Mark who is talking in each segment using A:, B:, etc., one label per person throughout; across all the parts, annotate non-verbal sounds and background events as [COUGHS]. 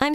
A: I'm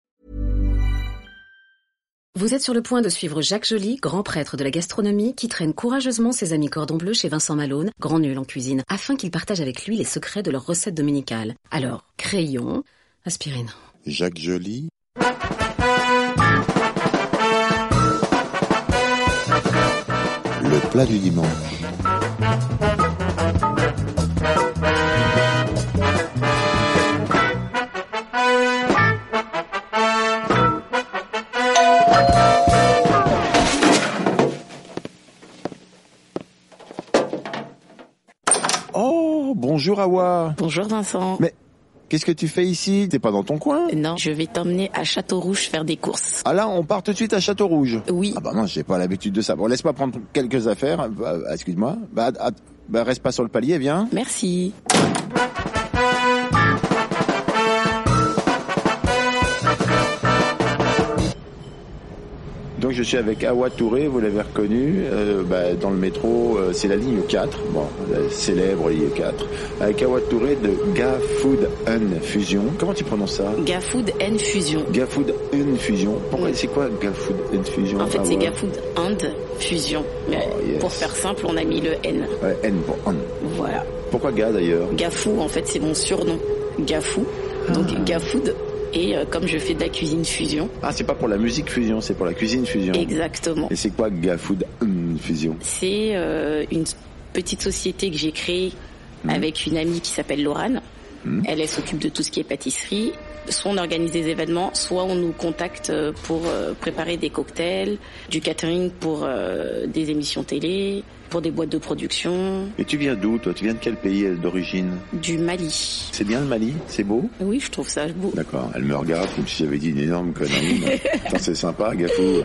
B: Vous êtes sur le point de suivre Jacques Joly, grand prêtre de la gastronomie, qui traîne courageusement ses amis cordon bleu chez Vincent Malone, grand nul en cuisine, afin qu'il partage avec lui les secrets de leur recette dominicale. Alors, crayon, aspirine.
C: Jacques Joly, le plat du dimanche. Oh, bonjour Awa.
D: Bonjour Vincent.
C: Mais qu'est-ce que tu fais ici T'es pas dans ton coin
D: Non, je vais t'emmener à Château Rouge faire des courses.
C: Ah là, on part tout de suite à Château Rouge.
D: Oui.
C: Ah bah non, j'ai pas l'habitude de ça. Bon, laisse-moi prendre quelques affaires. Bah, Excuse-moi. Bah, att- att- bah, reste pas sur le palier, viens.
D: Merci.
C: Donc je suis avec Awa Touré, vous l'avez reconnu, euh, bah, dans le métro, euh, c'est la ligne 4, bon, la célèbre ligne 4, avec Awa Touré de Ga Food and Fusion. Comment tu prononces ça
D: Gafood and Fusion.
C: Ga Food and Fusion. Pourquoi c'est quoi Ga Food and Fusion
D: Mm. En fait,
C: Ah,
D: c'est
C: ouais.
D: Gafood and Fusion. Mais
C: Oh, yes.
D: Pour faire simple, on a mis le N.
C: Ouais, N pour N.
D: Voilà.
C: Pourquoi Ga d'ailleurs
D: Gafou, en fait, c'est mon surnom. Gafou. Donc Gafood. Et euh, comme je fais de la cuisine fusion,
C: Ah, c'est pas pour la musique fusion, c'est pour la cuisine fusion.
D: exactement.
C: Et c'est quoi Ga Food and Fusion
D: C'est euh, une petite société que j'ai créée avec une amie qui s'appelle Laurane. Elle, elle s'occupe de tout ce qui est pâtisserie. Soit on organise des événements, soit on nous contacte euh, pour euh, préparer des cocktails, du catering pour euh, des émissions télé, pour des boîtes de production,
C: Et tu viens d'où toi Tu viens de quel pays euh, d'origine
D: du Mali.
C: C'est bien le Mali C'est beau
D: Oui, je trouve ça beau.
C: D'accord, elle me regarde comme si j'avais dit une énorme connerie.
D: [LAUGHS]
C: mais- Putain, c'est sympa, Gafou.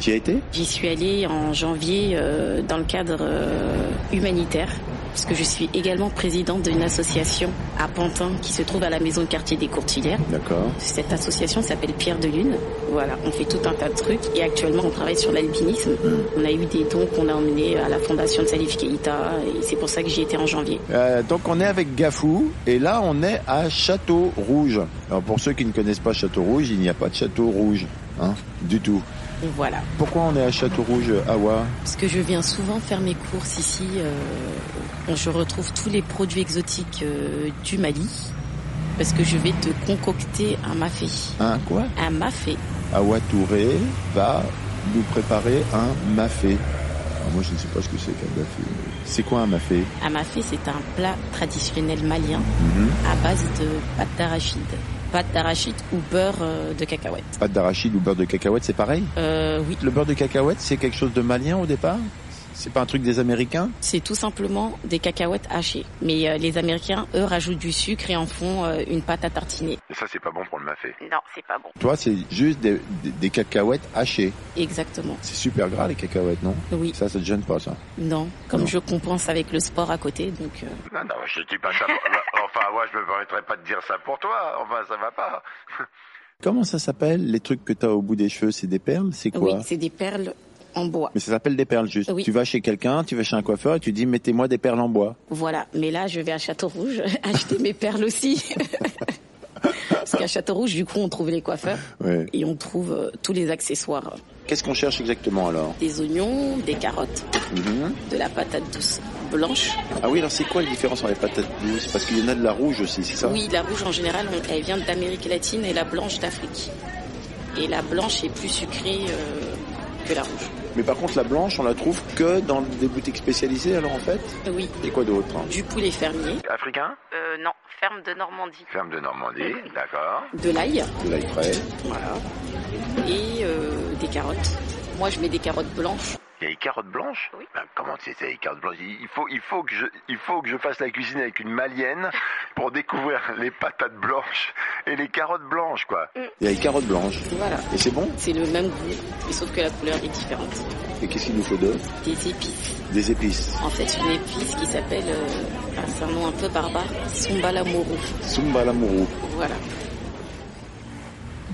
C: Tu y as été
D: J'y suis allée en janvier euh, dans le cadre euh, humanitaire, parce que je suis également présidente d'une association à Pantin qui se trouve à la maison de quartier des Courtilières.
C: D'accord.
D: Cette association s'appelle Pierre de Lune. Voilà, on fait tout un tas de trucs et actuellement on travaille sur l'albinisme. On a eu des dons qu'on a emmenés à la fondation de Salif Keïta et c'est pour ça que j'y étais en janvier.
C: Euh, donc on est avec Gafou et là on est à Château Rouge. Alors pour ceux qui ne connaissent pas Château Rouge, il n'y a pas de Château Rouge, hein, du tout.
D: Voilà,
C: Pourquoi on est à Château Rouge, Awa
D: parce que je viens souvent faire mes courses ici. euh, je retrouve tous les produits exotiques euh, du Mali parce que je vais te concocter un mafé.
C: Hein, quoi
D: Un mafé.
C: Awa Touré va nous préparer un mafé. Alors, moi je ne sais pas ce que c'est qu'un mafé. mais C'est quoi un mafé
D: Un mafé, c'est un plat traditionnel malien à base de pâte d'arachide. Pâte d'arachide ou beurre euh, de cacahuète.
C: Pâte d'arachide ou beurre de cacahuète, c'est pareil
D: Euh, oui,
C: Le beurre de cacahuète, c'est quelque chose de malien au départ C'est pas un truc des Américains
D: c'est tout simplement des cacahuètes hachées. Mais euh, les Américains, eux, rajoutent du sucre et en font euh, une pâte à tartiner.
C: Ça, c'est pas bon pour le mafé.
D: Non, c'est pas bon.
C: Toi, c'est juste des, des- des cacahuètes hachées.
D: Exactement.
C: C'est super gras, les cacahuètes, non
D: Oui,
C: Ça, ça te gêne pas, ça
D: non. Comme
C: Non.
D: je compense avec le sport à côté, donc euh,
E: Non, non, je dis pas ça. pour- enfin, moi, je me permettrais pas de dire ça pour toi. Enfin, ça va pas. [LAUGHS]
C: Comment ça s'appelle Les trucs que t'as au bout des cheveux, c'est des perles C'est
D: oui,
C: quoi
D: c'est des perles en bois.
C: Mais ça s'appelle des perles, juste.
D: Oui.
C: Tu vas chez quelqu'un, tu vas chez un coiffeur et tu dis, mettez-moi des perles en bois.
D: Voilà. Mais là, je vais à Château Rouge [LAUGHS] acheter mes perles aussi. [LAUGHS] Parce qu'à Château Rouge, du coup, on trouve les coiffeurs
C: Ouais.
D: et on trouve euh, tous les accessoires.
C: Qu'est-ce qu'on cherche exactement, alors
D: Des oignons, des carottes,
C: Mhm.
D: de la patate douce blanche.
C: Ah oui, alors c'est quoi la différence entre les patates douces Parce qu'il y en a de la rouge aussi, c'est ça
D: Oui, la rouge en général, on- elle vient d'Amérique latine et la blanche d'Afrique. Et la blanche est plus sucrée euh, que la rouge.
C: Mais par contre, la blanche, on la trouve que dans des boutiques spécialisées, alors en fait
D: Oui,
C: Et quoi d'autre hein
D: du poulet fermier.
E: Africain
D: non, ferme de Normandie.
E: Ferme de Normandie, d'accord.
D: De l'ail,
C: De l'ail frais.
D: voilà. Et euh, des carottes. Moi, je mets des carottes blanches
E: Il y a les carottes blanches
D: Oui.
E: Ben, Comment c'est c'est les carottes blanches il faut, il, faut que je, il faut que je fasse la cuisine avec une
D: [LAUGHS]
E: malienne pour découvrir les patates blanches et les carottes blanches, quoi.
C: Il y a les carottes blanches.
D: Mm. Voilà.
C: Et c'est bon
D: C'est le même goût, sauf que la couleur est différente.
C: Et qu'est-ce qu'il nous faut d'autre
D: Des épices.
C: Des épices.
D: En fait, une épice qui s'appelle, euh, ah, c'est un nom un peu barbare, Sombalamoro.
C: Sumba Lamuru.
D: Voilà.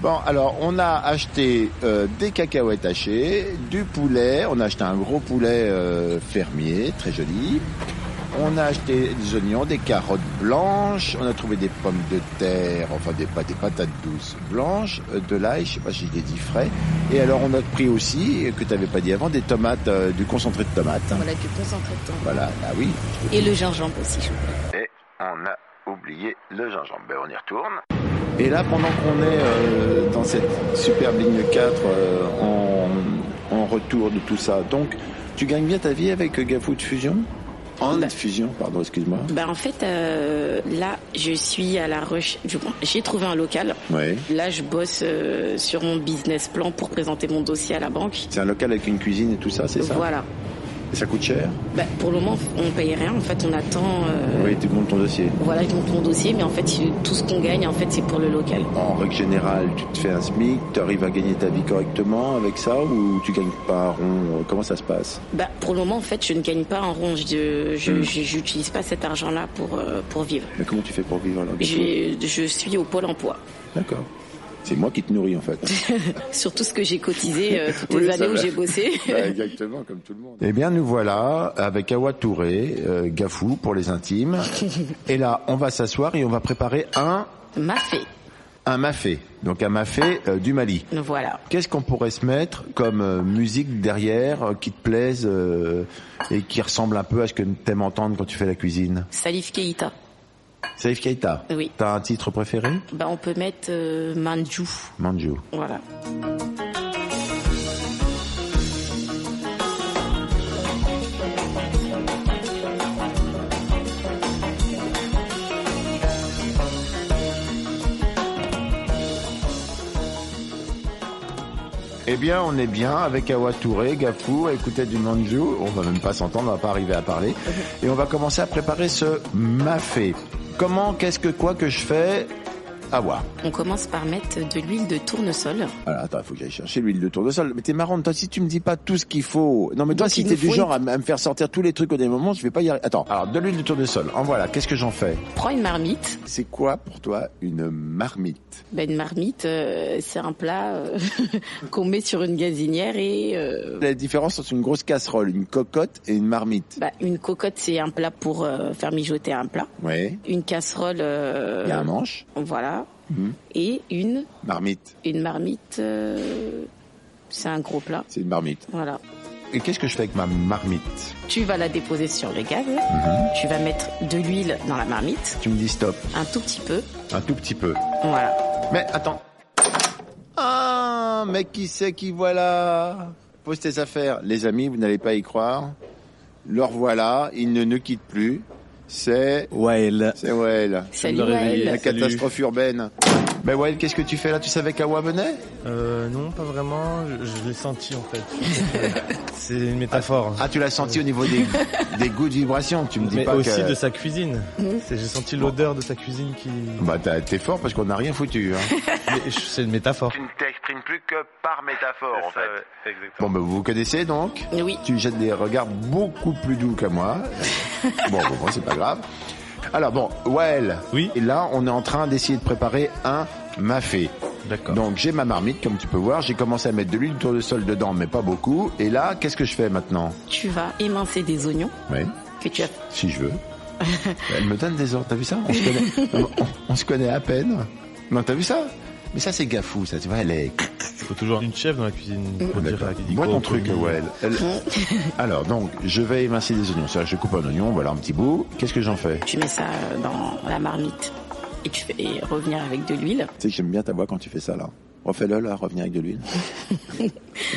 C: Bon, alors on a acheté euh, des cacahuètes hachées, du poulet, on a acheté un gros poulet euh, fermier, très joli. On a acheté des oignons, des carottes blanches, on a trouvé des pommes de terre, enfin des, pa- des patates douces blanches, euh, de l'ail, je sais pas si j'ai dit frais. Et alors on a pris aussi, euh, que tu n'avais pas dit avant, des tomates, euh, du concentré de tomates. Voilà,
F: Voilà, du concentré de temps.
C: ah oui.
F: Et le gingembre aussi, je crois.
E: Et on a oublié le gingembre. Ben, on y retourne.
C: Et là, pendant qu'on est euh, dans cette superbe ligne 4 euh, en, en retour de tout ça, donc tu gagnes bien ta vie avec euh, Gafood Fusion En Fusion, pardon, excuse-moi.
D: Bah en fait, euh, là, je suis à la recherche. du moins, J'ai trouvé un local.
C: Oui.
D: Là, je bosse euh, sur mon business plan pour présenter mon dossier à la banque.
C: C'est un local avec une cuisine et tout ça, c'est ça
D: Voilà.
C: Et ça coûte cher
D: Bah, pour le moment, on paye rien. En fait, on attend. euh,
C: Oui, tu montes ton dossier.
D: Voilà, je monte mon dossier, mais en fait, tout ce qu'on gagne, en fait, c'est pour le local.
C: En règle générale, tu te fais un SMIC, tu arrives à gagner ta vie correctement avec ça ou tu gagnes pas un rond euh, Comment ça se passe
D: Bah, pour le moment, en fait, je ne gagne pas un rond. Je
C: Hmm.
D: je- je- j'utilise pas cet argent-là pour euh, pour vivre.
C: Et Comment tu fais pour vivre alors Gafood
D: J'ai- Je suis au pôle emploi.
C: D'accord. C'est moi qui te nourris en fait.
D: sur tout ce que j'ai
C: [LAUGHS]
D: cotisé euh, toutes
C: Oui,
D: les
C: ça
D: années où
C: va. [LAUGHS]
D: j'ai bossé. [LAUGHS]
C: Bah, exactement, comme tout le monde. Eh bien, nous voilà avec Awa Touré, euh, Gafou pour les intimes. et là, on va s'asseoir et on va préparer un,
D: Mafé,
C: un mafé. Donc un mafé euh, du Mali.
D: voilà.
C: Qu'est-ce qu'on pourrait se mettre comme euh, musique derrière euh, qui te plaise euh, et qui ressemble un peu à ce que t'aimes entendre quand tu fais la cuisine
D: Salif Keita.
C: Saif Keita,
D: Oui.
C: t'as un titre préféré
D: Bah, on peut mettre euh, Manjou.
C: Manjou.
D: Voilà.
C: Eh bien, on est bien avec Awa Touré, Gafou, à écouter du Manjou. On va même pas s'entendre, on va pas arriver à parler. Et on va commencer à préparer ce mafé. Comment, qu'est-ce que, quoi que je fais Awa.
D: On commence par mettre de l'huile de tournesol.
C: Alors, attends, il faut que j'aille chercher l'huile de tournesol. Mais t'es marrante, toi, si tu me dis pas tout ce qu'il faut. Non, mais toi,
D: Donc,
C: si
D: il
C: t'es
D: nous
C: du
D: faut
C: genre à, m- à me faire sortir tous les trucs au dernier moment, je vais pas y arriver. Attends, alors, de l'huile de tournesol. En voilà, qu'est-ce que j'en fais
D: Prends une marmite.
C: C'est quoi pour toi une marmite
D: Bah, une marmite, euh, c'est un plat euh, [LAUGHS] qu'on met sur une gazinière et euh,
C: La différence entre une grosse casserole, une cocotte et une marmite.
D: bah, une cocotte, c'est un plat pour euh, faire mijoter un plat.
C: Ouais.
D: Une casserole, euh,
C: Il y a un Mhm. manche.
D: voilà. Et une
C: Marmite.
D: une marmite, euh, c'est un gros plat.
C: C'est une marmite.
D: Voilà.
C: Et qu'est-ce que je fais avec ma marmite
D: Tu vas la déposer sur le gaz.
C: Mhm.
D: Tu vas mettre de l'huile dans la marmite,
C: Tu me dis stop,
D: un tout petit peu.
C: un tout petit peu.
D: Voilà.
C: Mais attends. Ah, mais qui c'est qui voilà Pose tes affaires. Les amis, vous n'allez pas y croire. Leur voilà, ils ne nous quittent plus. C'est...
G: Wael.
C: C'est Wael.
D: Salut
G: me réveille.
D: Wael.
C: La
G: Salut.
C: catastrophe urbaine. Mais Wael, qu'est-ce que tu fais là Tu savais qu'Awa venait
G: Euh, non, pas vraiment. Je, je l'ai senti en
C: [LAUGHS]
G: fait. c'est une métaphore.
C: Ah, tu l'as senti au niveau
G: [LAUGHS]
C: des, des goûts de vibration. Tu me dis
G: Mais
C: pas
G: aussi
C: que...
G: de sa cuisine. C'est- J'ai senti l'odeur de sa cuisine qui.
C: Bah, t'as- t'es fort parce qu'on n'a rien foutu. hein.
G: Mais je- C'est une métaphore.
E: Tu ne t'exprimes plus que par métaphore, en fait.
C: bon, bah, vous vous connaissez donc
D: Oui.
C: Tu jettes des regards beaucoup plus doux qu'à moi. bon, bon, bon, c'est pas grave. Alors bon, Wael.
G: Oui.
C: Et là, on est en train d'essayer de préparer un mafé.
G: D'accord.
C: Donc j'ai ma marmite, comme tu peux voir. J'ai commencé à mettre de l'huile de sol dedans, mais pas beaucoup. Et là, qu'est-ce que je fais maintenant
D: Tu vas émincer des oignons
C: Oui.
D: que tu as.
C: Si je veux. Elle me donne des ordres. T'as vu ça On se connaît. on, on se connaît à peine. Non, t'as vu ça Mais ça, c'est gafou, ça. Tu vois, elle est.
G: Il faut toujours une chef dans la cuisine. pour dire à Didico,
C: Moi, Ah, ton truc,
G: Pauline.
C: Wael. Elle- Alors, donc, je vais émincer des oignons. Ça, je coupe un oignon. Voilà un petit bout. Qu'est-ce que j'en fais
D: Tu mets ça euh, dans la marmite et tu fais revenir avec de l'huile.
C: Tu sais que j'aime bien ta voix quand tu fais ça, là. Refais-le, là, revenir avec de l'huile. Non,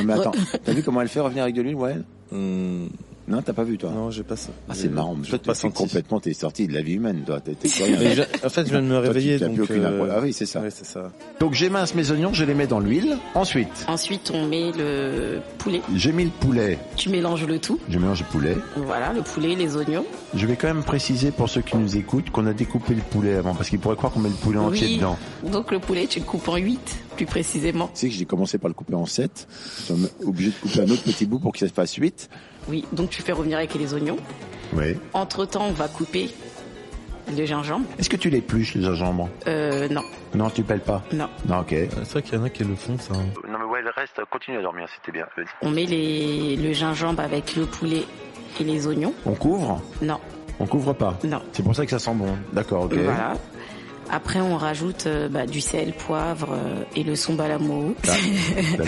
C: mais attends, t'as vu comment elle fait revenir avec de l'huile, ouais
G: Hmm,
C: Non, t'as pas vu toi
G: Non, j'ai pas ça.
C: Ah, c'est marrant.
G: Peut-être pas
C: senti.
G: senti.
C: complètement, t'es sorti de la vie humaine, toi. T'es- t'es quoi,
G: Mais je- en fait, je viens de me
C: Toi, tu
G: réveiller.
C: t'as plus
G: donc, euh,
C: aucune impro- Ah oui, c'est ça.
G: ouais, c'est ça.
C: Donc j'émince mes oignons, je les mets dans l'huile. Ensuite,
D: Ensuite, on met le poulet.
C: j'ai mis le poulet.
D: Tu mélanges le tout.
C: Je mélange le poulet.
D: Voilà, le poulet, les oignons.
C: Je vais quand même préciser pour ceux qui nous écoutent qu'on a découpé le poulet avant, parce qu'ils pourraient croire qu'on met le poulet entier
D: Oui.
C: dedans.
D: Donc le poulet, tu le coupes en 8, plus précisément.
C: Tu sais que j'ai commencé par le couper en 7. sommes obligé de couper un autre petit bout pour que ça se fasse 8.
D: Oui, donc tu fais revenir avec les oignons.
C: Oui.
D: Entre-temps, on va couper le gingembre.
C: Est-ce que tu l'épluches, le gingembre
D: Euh, non,
C: Non, tu pèles pas.
D: non.
C: Non, ok.
G: C'est vrai qu'il y en a qui le font, ça. hein.
E: Non mais ouais, le reste, continue à dormir, Ah, c'était bien. Vas-y.
D: On met les, le gingembre avec le poulet et les oignons.
C: On couvre
D: Non,
C: On couvre pas
D: non.
C: C'est pour ça que ça sent bon. D'accord, ok.
D: Voilà. Après, on rajoute euh, bah, du sel, poivre euh, et le son balamo.
G: Ça,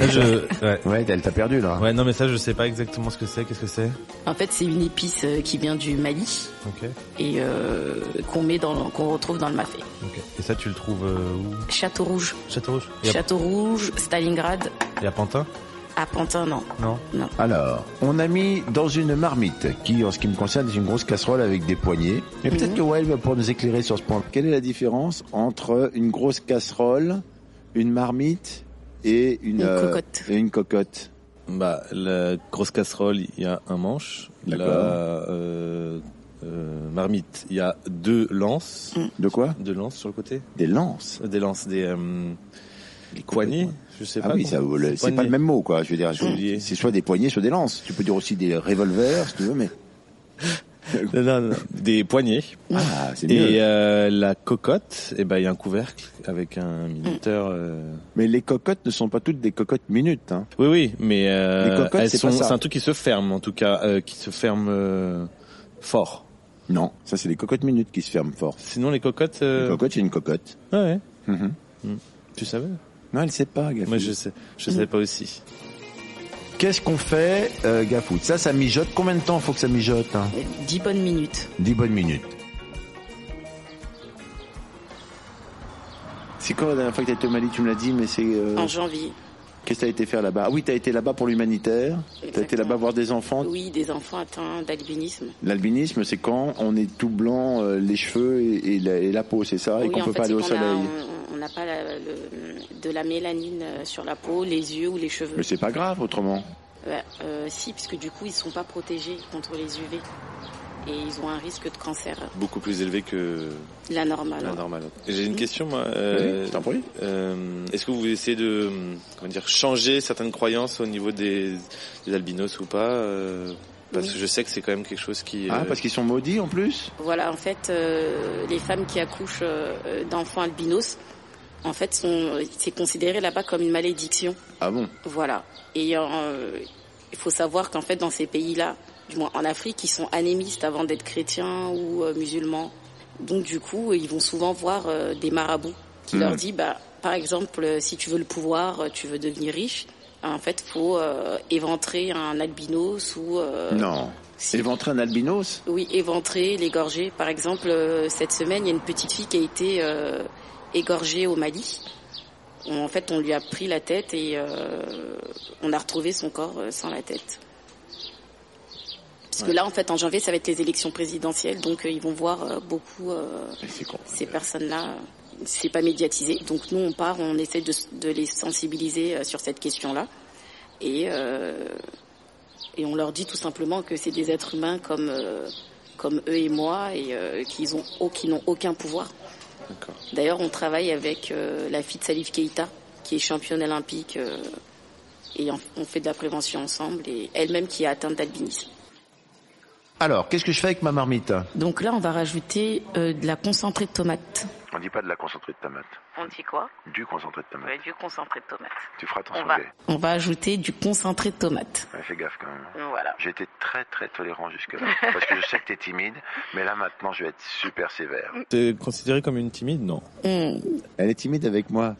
G: je... ouais.
C: Ah, [LAUGHS] Ouais, t'as t'as perdu là.
G: Euh, ouais, non, mais ça, je sais pas exactement ce que c'est. Qu'est-ce que c'est
D: En fait, c'est une épice euh, qui vient du Mali
G: Ok.
D: et euh, qu'on met dans, qu'on retrouve dans le mafé.
G: Ok. Et ça, tu le trouves euh, où
D: Château Rouge,
G: Château Rouge. Et à-
D: Château Rouge, Stalingrad,
G: et à Pantin
D: à Pantin, non.
G: Non.
C: Alors, on a mis dans une marmite, qui en ce qui me concerne est une grosse casserole avec des poignées. Et
D: Mhm.
C: peut-être que Wael va pouvoir nous éclairer sur ce point. Quelle est la différence entre une grosse casserole, une marmite et une,
D: Une
C: euh,
D: cocotte.
C: et une cocotte
H: Bah, la grosse casserole, il y a un manche. La
C: D'accord.
H: euh, euh, marmite, il y a deux lances.
C: De quoi
H: Deux lances sur le côté
C: Des lances.
H: Euh, Des lances, des euh,
C: Les
H: poignées Je sais
C: Ah
H: pas.
C: oui,
H: comment-
C: ça, le- c'est pas
H: poignées.
C: le même mot, quoi. Je veux dire,
H: J'ai oublié.
C: c'est soit des poignées, soit des lances. Tu peux dire aussi des revolvers, si tu veux, mais
H: Non, non,
C: [LAUGHS]
H: non. Des poignées.
C: ah, c'est mieux.
H: Et euh, la cocotte, eh ben, il y a un couvercle avec un minuteur.
C: Mm.
H: euh,
C: Mais les cocottes ne sont pas toutes des cocottes minutes. Hein.
H: Oui, oui, mais euh,
C: Les cocottes,
H: elles
C: c'est
H: sont,
C: pas ça.
H: c'est un truc qui se ferme, en tout cas, euh, qui se ferme euh, fort.
C: Non, ça c'est des cocottes minutes qui se ferment fort.
H: Sinon, les cocottes.
C: Une
H: Euh...
C: cocotte, c'est une cocotte.
H: ah ouais. Mm.
C: Mhm.
H: Tu savais
C: Non, elle sait pas, Gafoud.
H: Moi, je sais, je savais pas aussi.
C: Qu'est-ce qu'on fait, euh, Gafoud Ça, ça mijote. Combien de temps faut que ça mijote hein
D: 10 bonnes minutes.
C: 10 bonnes minutes. C'est quand la dernière fois que t'as été au Mali Tu me l'as dit, mais c'est... euh,
D: En janvier.
C: Qu'est-ce que t'as été faire là-bas Ah oui, t'as été là-bas pour l'humanitaire. T'as été
D: Exactement.
C: là-bas voir des enfants.
D: Oui, des enfants atteints d'albinisme.
C: L'albinisme, c'est quand on est tout blanc, euh, les cheveux et, et la, et la peau, c'est ça Et
D: oui,
C: qu'on
D: en
C: peut
D: fait,
C: pas
D: c'est
C: aller au
D: qu'on a-
C: soleil.
D: on- on n'a pas la- le- de la mélanine euh, sur la peau, les yeux ou les cheveux.
C: Mais c'est pas grave autrement.
D: Ouais, euh, si, parce que du coup, ils sont pas protégés contre les UV. Et ils ont un risque de cancer,
H: Beaucoup plus élevé que
D: la normale.
H: la normale. J'ai une question, moi.
C: Vas-y,
H: euh,
C: je t'en prie.
H: euh, Est-ce que vous essayez de euh, comment dire changer certaines croyances au niveau des, des albinos ou pas euh, Parce
D: Oui.
H: que je sais que c'est quand même quelque chose qui.
C: Ah,
H: euh,
C: parce qu'ils sont maudits en plus
D: Voilà, en fait, euh, les femmes qui accouchent euh, euh, d'enfants albinos, en fait, sont, c'est considéré là-bas comme une malédiction.
C: Ah bon
D: Voilà. Et euh, il faut savoir qu'en fait, dans ces pays-là, du moins en Afrique, ils sont animistes avant d'être chrétiens ou euh, musulmans. Donc du coup, ils vont souvent voir euh, des marabouts qui
C: Mhm.
D: leur disent, bah, par exemple, euh, si tu veux le pouvoir, euh, tu veux devenir riche, en fait, faut euh, éventrer un albinos ou euh,
C: Non.
D: si-
C: Éventrer un albinos
D: oui, éventrer, l'égorger. Par exemple, euh, cette semaine, il y a une petite fille qui a été euh, égorgée au Mali. On- en fait, on lui a pris la tête et euh, on a retrouvé son corps euh, sans la tête. Parce que là, en fait, en janvier, ça va être les élections présidentielles, donc euh, ils vont voir euh, beaucoup euh,
C: Mais c'est con.
D: ces personnes-là. C'est pas médiatisé, donc nous, on part, on essaie de, de les sensibiliser euh, sur cette question-là, et euh, et on leur dit tout simplement que c'est des êtres humains comme euh, comme eux et moi et euh, qu'ils ont au- qu'ils n'ont aucun pouvoir.
H: D'accord.
D: D'ailleurs, on travaille avec euh, la fille de Salif Keita, qui est championne olympique, euh, et on, on fait de la prévention ensemble, et elle-même qui est atteinte d'albinisme.
C: Alors, qu'est-ce que je fais avec ma marmite
D: Donc là, on va rajouter euh, de la concentrée de tomate.
E: On dit pas de la concentrée de tomate,
D: On dit quoi
E: du concentré de tomate.
D: Du concentré de tomate.
E: Tu feras
D: On
E: attention,
D: va.
E: Gaël.
D: On va ajouter du concentré de tomate.
E: Ouais, fais gaffe quand même.
D: Voilà.
E: J'ai été très très tolérant jusque-là, parce que je sais que t'es timide, mais là maintenant je vais être super sévère.
H: T'es considéré comme une timide Non.
D: On-
C: Elle est timide avec moi.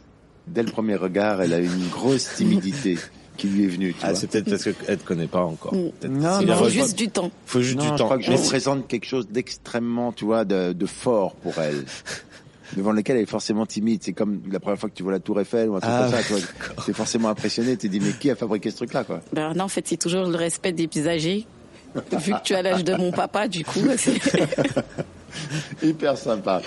C: Dès le premier regard, elle a une grosse timidité qui lui est venue. Tu
H: Ah,
C: vois.
H: c'est peut-être parce qu'elle te connaît pas encore.
D: Mm.
H: Peut-être.
C: Non,
H: Il
D: Il
C: non,
H: faut
D: faut
C: je
D: juste du temps.
H: Faut juste
C: Non,
H: du
C: je
H: temps.
C: crois que je
H: Mais
C: représente quelque chose d'extrêmement, tu vois, de, de fort pour elle. Devant lequel elle est forcément timide. C'est comme la première fois que tu vois la Tour Eiffel ou un truc
H: Ah,
C: comme ça. tu vois. T'es forcément impressionné. T'es dit, mais qui a fabriqué ce truc-là, quoi?
D: Ben non, en fait, c'est toujours le respect des plus âgés Vu que tu as l'âge de mon papa, du coup. [LAUGHS] c'est-
C: Hyper sympa.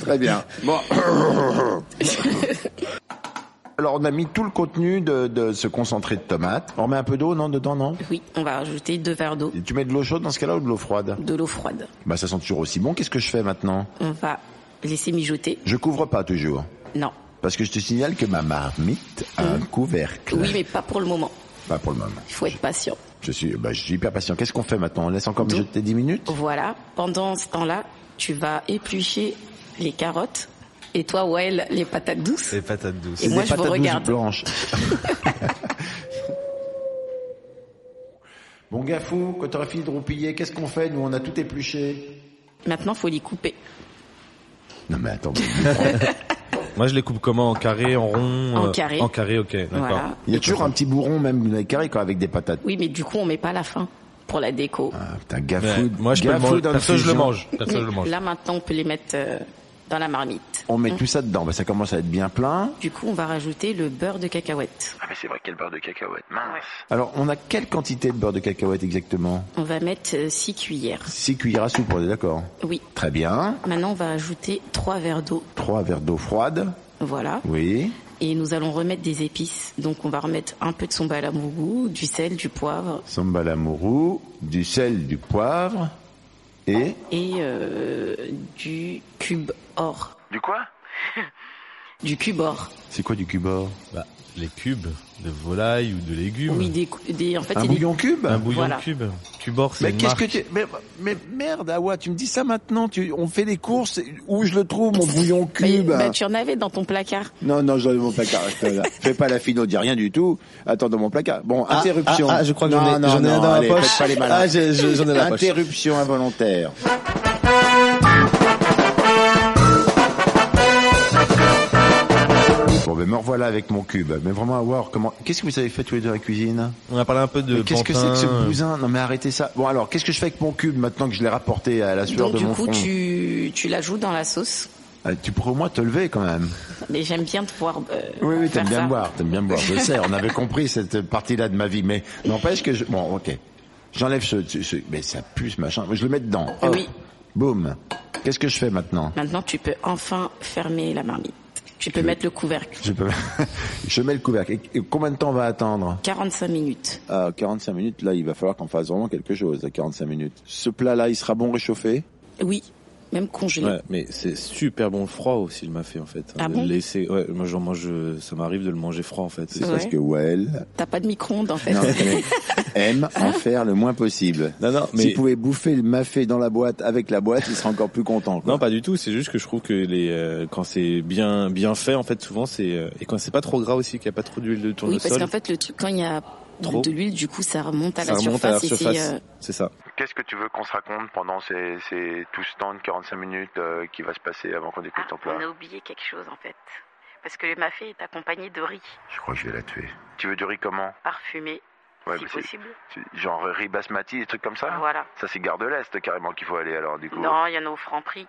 C: Très bien. Bon. [COUGHS] Alors, on a mis tout le contenu de, de ce concentré de tomate. On met un peu d'eau, non, dedans, non
D: Oui, on va rajouter deux verres d'eau,
C: Et Tu mets de l'eau chaude dans ce cas-là ou de l'eau froide
D: de l'eau froide.
C: Bah, ça sent toujours aussi bon. Qu'est-ce que je fais maintenant
D: On va laisser mijoter.
C: Je couvre pas toujours.
D: Non.
C: Parce que je te signale que ma marmite a un couvercle.
D: Oui, mais pas pour le moment.
C: Pas pour le moment.
D: Il faut être patient.
C: Je suis, bah, je suis hyper patient. Qu'est-ce qu'on fait maintenant On laisse encore mijoter 10 minutes
D: Voilà. Pendant ce temps-là, tu vas éplucher les carottes et toi, Wael, les patates douces.
G: C'est patate douce.
D: Et moi,
C: des
D: je vous
C: patates douces
D: regarde.
C: blanches. [LAUGHS] bon gaffou, quand t'auras fini de roupiller, qu'est-ce qu'on fait Nous, on a tout épluché.
D: Maintenant, faut les couper.
C: Non mais
D: [LAUGHS]
C: attends,
G: Moi, je les coupe comment En carré, en rond
D: En
G: euh,
D: carré.
G: En carré, ok, d'accord.
D: Voilà.
C: il y a toujours un petit bourron même dans les carrés quoi, avec des patates.
D: Oui, mais du coup, on met pas la fin pour la déco.
C: Ah, putain,
G: Ouais,
C: gaffou,
G: moi, je peux le
C: gaffou
G: manger.
C: dans le
G: Perso, je le
C: fusion.
G: mange. Perso, je le mange.
D: Là, maintenant, on peut les mettre euh, dans la marmite.
C: On met tout ça dedans, bah, ça commence à être bien plein.
D: Du coup, on va rajouter le beurre de cacahuète.
E: Ah, mais c'est vrai, quel beurre de cacahuète. Mince.
C: Alors, on a quelle quantité de beurre de cacahuète exactement
D: On va mettre 6 cuillères.
C: 6 cuillères à soupe, on est d'accord
D: Oui.
C: Très bien.
D: Maintenant, on va ajouter 3 verres d'eau.
C: 3 verres d'eau froide.
D: Voilà.
C: Oui.
D: Et nous allons remettre des épices. Donc, on va remettre un peu de son goût, du sel, du poivre
C: Sambalamourou, du sel, du poivre et
D: et euh, du cube or.
E: Du quoi
D: Du cube or.
C: c'est quoi du cubor
G: Bah, les cubes de volaille ou de légumes.
D: Oui, des, cou- des- en fait, il y
C: Un
D: a des-
C: bouillon cube
G: Un bouillon
D: Voilà.
G: de cube. Cubor, c'est
C: Mais
G: une
C: qu'est-ce
G: marque.
C: que tu mais, mais merde Awa, tu me dis ça maintenant, tu on fait des courses où je le trouve mon bouillon
D: Mais-
C: cube
D: bah, tu en avais dans ton placard.
C: Non non, j'en ai dans mon placard.
I: [LAUGHS]
C: Attends, là. Fais pas la fino, dis rien du tout. Attends dans mon placard. Bon, interruption.
I: Ah, ah, je crois que j'en ai,
C: Non, non,
I: j'en ai
C: non,
I: dans
C: allez,
I: la poche.
C: faites pas les malins.
I: ah, j'ai- j'ai- j'en ai dans la poche.
C: Interruption involontaire. Bon, ben me revoilà avec mon cube. Mais vraiment, à voir comment. Qu'est-ce que vous avez fait tous les deux à la cuisine
G: On a parlé un peu de
C: Mais Qu'est-ce que c'est
G: pantin,
C: que ce
G: euh,
C: bousin Non, mais arrêtez ça. Bon, alors, qu'est-ce que je fais avec mon cube maintenant que je l'ai rapporté à la sueur
D: Donc,
C: de
D: du
C: mon
D: coup,
C: front
D: tu, tu la joues dans la sauce.
C: Ah, tu pourrais au moins te lever quand même.
D: Mais j'aime bien te voir. euh,
C: Oui, oui,
D: faire
C: t'aimes bien
D: ça.
C: me boire, t'aimes bien me boire. Je sais, on avait compris cette partie-là de ma vie, mais n'empêche que je. Bon, ok. J'enlève ce, ce- ce- Mais ça pue ce machin. Je le mets dedans. Hop.
D: Eh Oui.
C: Boum. Qu'est-ce que je fais maintenant
D: Maintenant, tu peux enfin fermer la marmite. Tu peux mettre le couvercle.
C: je, peux... [LAUGHS] je mets le couvercle. Et- et combien de temps on va attendre
D: 45 minutes.
C: à 45 Euh, minutes, là, il va falloir qu'on fasse vraiment quelque chose à 45 minutes. Ce plat-là, il sera bon réchauffé
D: Oui, même congelé.
H: Ouais, mais c'est super bon froid aussi le mafé en fait. hein,
D: Ah
H: De
D: bon
H: le laisser, ouais, moi j'en mange, euh, ça m'arrive de le manger froid en fait. C'est
D: Ouais.
H: ça.
C: Parce que Well
D: T'as pas de micro-ondes en fait. [LAUGHS]
C: aime en faire le moins possible.
H: Non, non, mais
C: S'il pouvait bouffer le mafé dans la boîte avec la boîte, il serait encore plus content. quoi.
H: non pas du tout. C'est juste que je trouve que les euh, quand c'est bien bien fait en fait souvent c'est euh, et quand c'est pas trop gras aussi qu'il y a pas trop d'huile de
D: oui,
H: tournesol.
D: parce qu'en fait, le truc, quand il y a
H: Trop.
D: de l'huile, du coup, ça remonte à
H: ça
D: la
H: remonte à la
D: surface. et c'est,
H: surface.
D: euh,
H: C'est ça.
E: Qu'est-ce que tu veux qu'on se raconte pendant ces, ces- tout ce temps de 45 minutes euh, qui va se passer avant qu'on découvre ton plat
D: Ah, oublié quelque chose en fait. Parce que le mafé est accompagné de riz
E: Je crois que je vais la tuer. Tu veux du riz comment
D: parfumé,
E: Ouais, mais c'est- c'est Genre riz basmati, des trucs comme ça
D: Ah, Voilà.
E: Ça c'est Gare de l'Est carrément qu'il faut aller alors du
D: il
E: coup.
D: y en a au franc prix.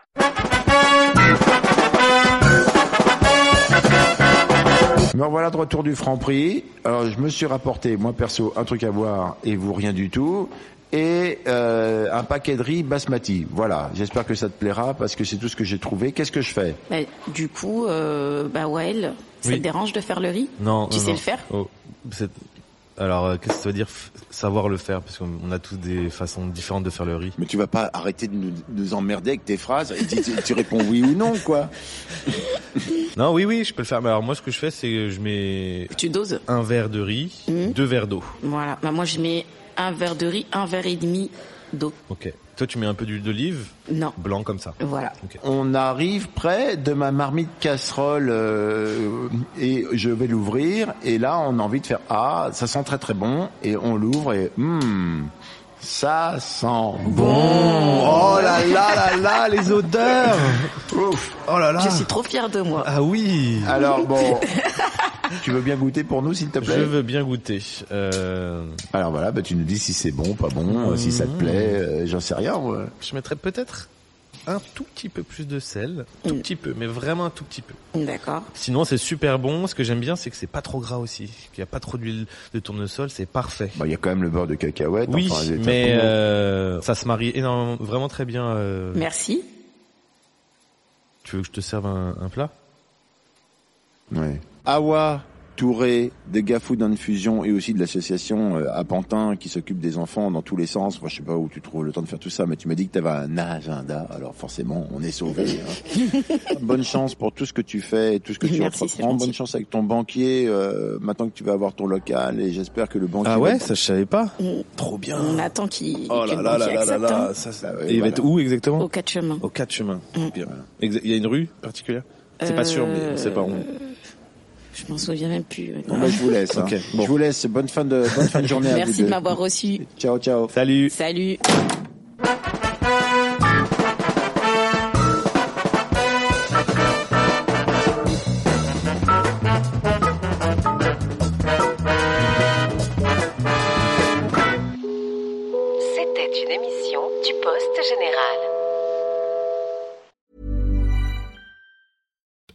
C: Me voilà de retour du franc prix. Alors, je me suis rapporté, moi perso, un truc à boire et vous rien du tout. Et euh, un paquet de riz basmati. Voilà, j'espère que ça te plaira parce que c'est tout ce que j'ai trouvé. Qu'est-ce que je fais
D: Bah, du coup, euh, bah Wael, ça
G: Oui.
D: te dérange de faire le riz
G: Non.
D: Tu
G: non,
D: sais
G: non.
D: le faire
G: Oh, c'est- Alors, euh, qu'est-ce que ça veut dire f- savoir le faire Parce qu'on on a tous des façons différentes de faire le riz.
C: Mais tu vas pas arrêter de nous, nous emmerder avec tes phrases. Et tu, tu réponds oui ou non, quoi.
G: Non, oui, oui, je peux le faire. Mais alors, moi, ce que je fais, c'est que je mets
D: Tu doses
G: un verre de riz,
D: Mhm.
G: deux verres d'eau.
D: Voilà. Bah, moi, je mets un verre de riz, un verre et demi d'eau.
G: Ok. Toi, tu mets un peu d'huile d'olive,
D: Non.
G: blanc comme ça.
D: Voilà.
G: Ok.
C: On arrive près de ma marmite casserole euh, et je vais l'ouvrir et là on a envie de faire ah ça sent très très bon et on l'ouvre et hmm ça sent bon oh là là là là les odeurs ouf
G: Oh là là
D: Je suis trop fière de moi.
G: Ah oui
C: alors bon tu veux bien goûter pour nous s'il te
G: Je
C: plaît
G: veux bien goûter. Euh,
C: alors voilà
G: Mmh.
C: bah, tu nous dis si c'est bon pas bon euh, si ça te plaît euh, j'en sais rien ouais.
G: je mettrais peut-être un tout petit peu plus de sel, tout petit peu, mais vraiment un tout petit peu.
D: D'accord.
G: Sinon, c'est super bon. Ce que j'aime bien, c'est que c'est pas trop gras aussi. Qu'il n'y a pas trop d'huile de tournesol, c'est parfait.
C: Bah, il y a quand même le beurre de cacahuète.
G: oui,
C: enfin, c'est un
G: mais
C: peu-
G: euh, ça se marie énormément, vraiment très bien. euh,
D: Merci.
G: Tu veux que je te serve un, un plat
C: Ouais. Awa Touré de Gafou d'Infusion et aussi de l'association euh, à Pantin qui s'occupe des enfants dans tous les sens. Moi, je sais pas où tu trouves le temps de faire tout ça, mais tu m'as dit que tu avais un agenda. Alors forcément, on est sauvé. hein. Bonne chance pour tout ce que tu fais et tout ce que tu
H: Merci, c'est
C: entreprends.
H: gentil.
C: Bonne chance avec ton banquier euh, maintenant que tu vas avoir ton local et j'espère que le banquier.
G: Ah ouais,
C: va-
G: ça je savais pas.
C: Trop bien.
D: On attend qu'il
C: Oh
D: que
C: là
D: le
C: là là
D: banquier
C: là là
D: accepte,
C: là,
D: hein. Mm.
C: ça, c'est-
G: Et il va être où exactement
D: Au quatre chemins.
G: Au quatre chemins. Bien. Exa- Il y a une rue particulière C'est
D: Euh,
G: pas sûr, mais c'est pas on.
D: Je m'en souviens même plus. euh,
C: Bon, bah, je vous laisse. hein.
G: Ok,
C: Je vous laisse. Bonne fin de bonne fin de
D: [LAUGHS]
C: journée à vous
D: Merci de
C: deux.
D: m'avoir reçu.
C: Ciao ciao.
G: Salut.
D: Salut.
J: C'était une émission du Poste Général.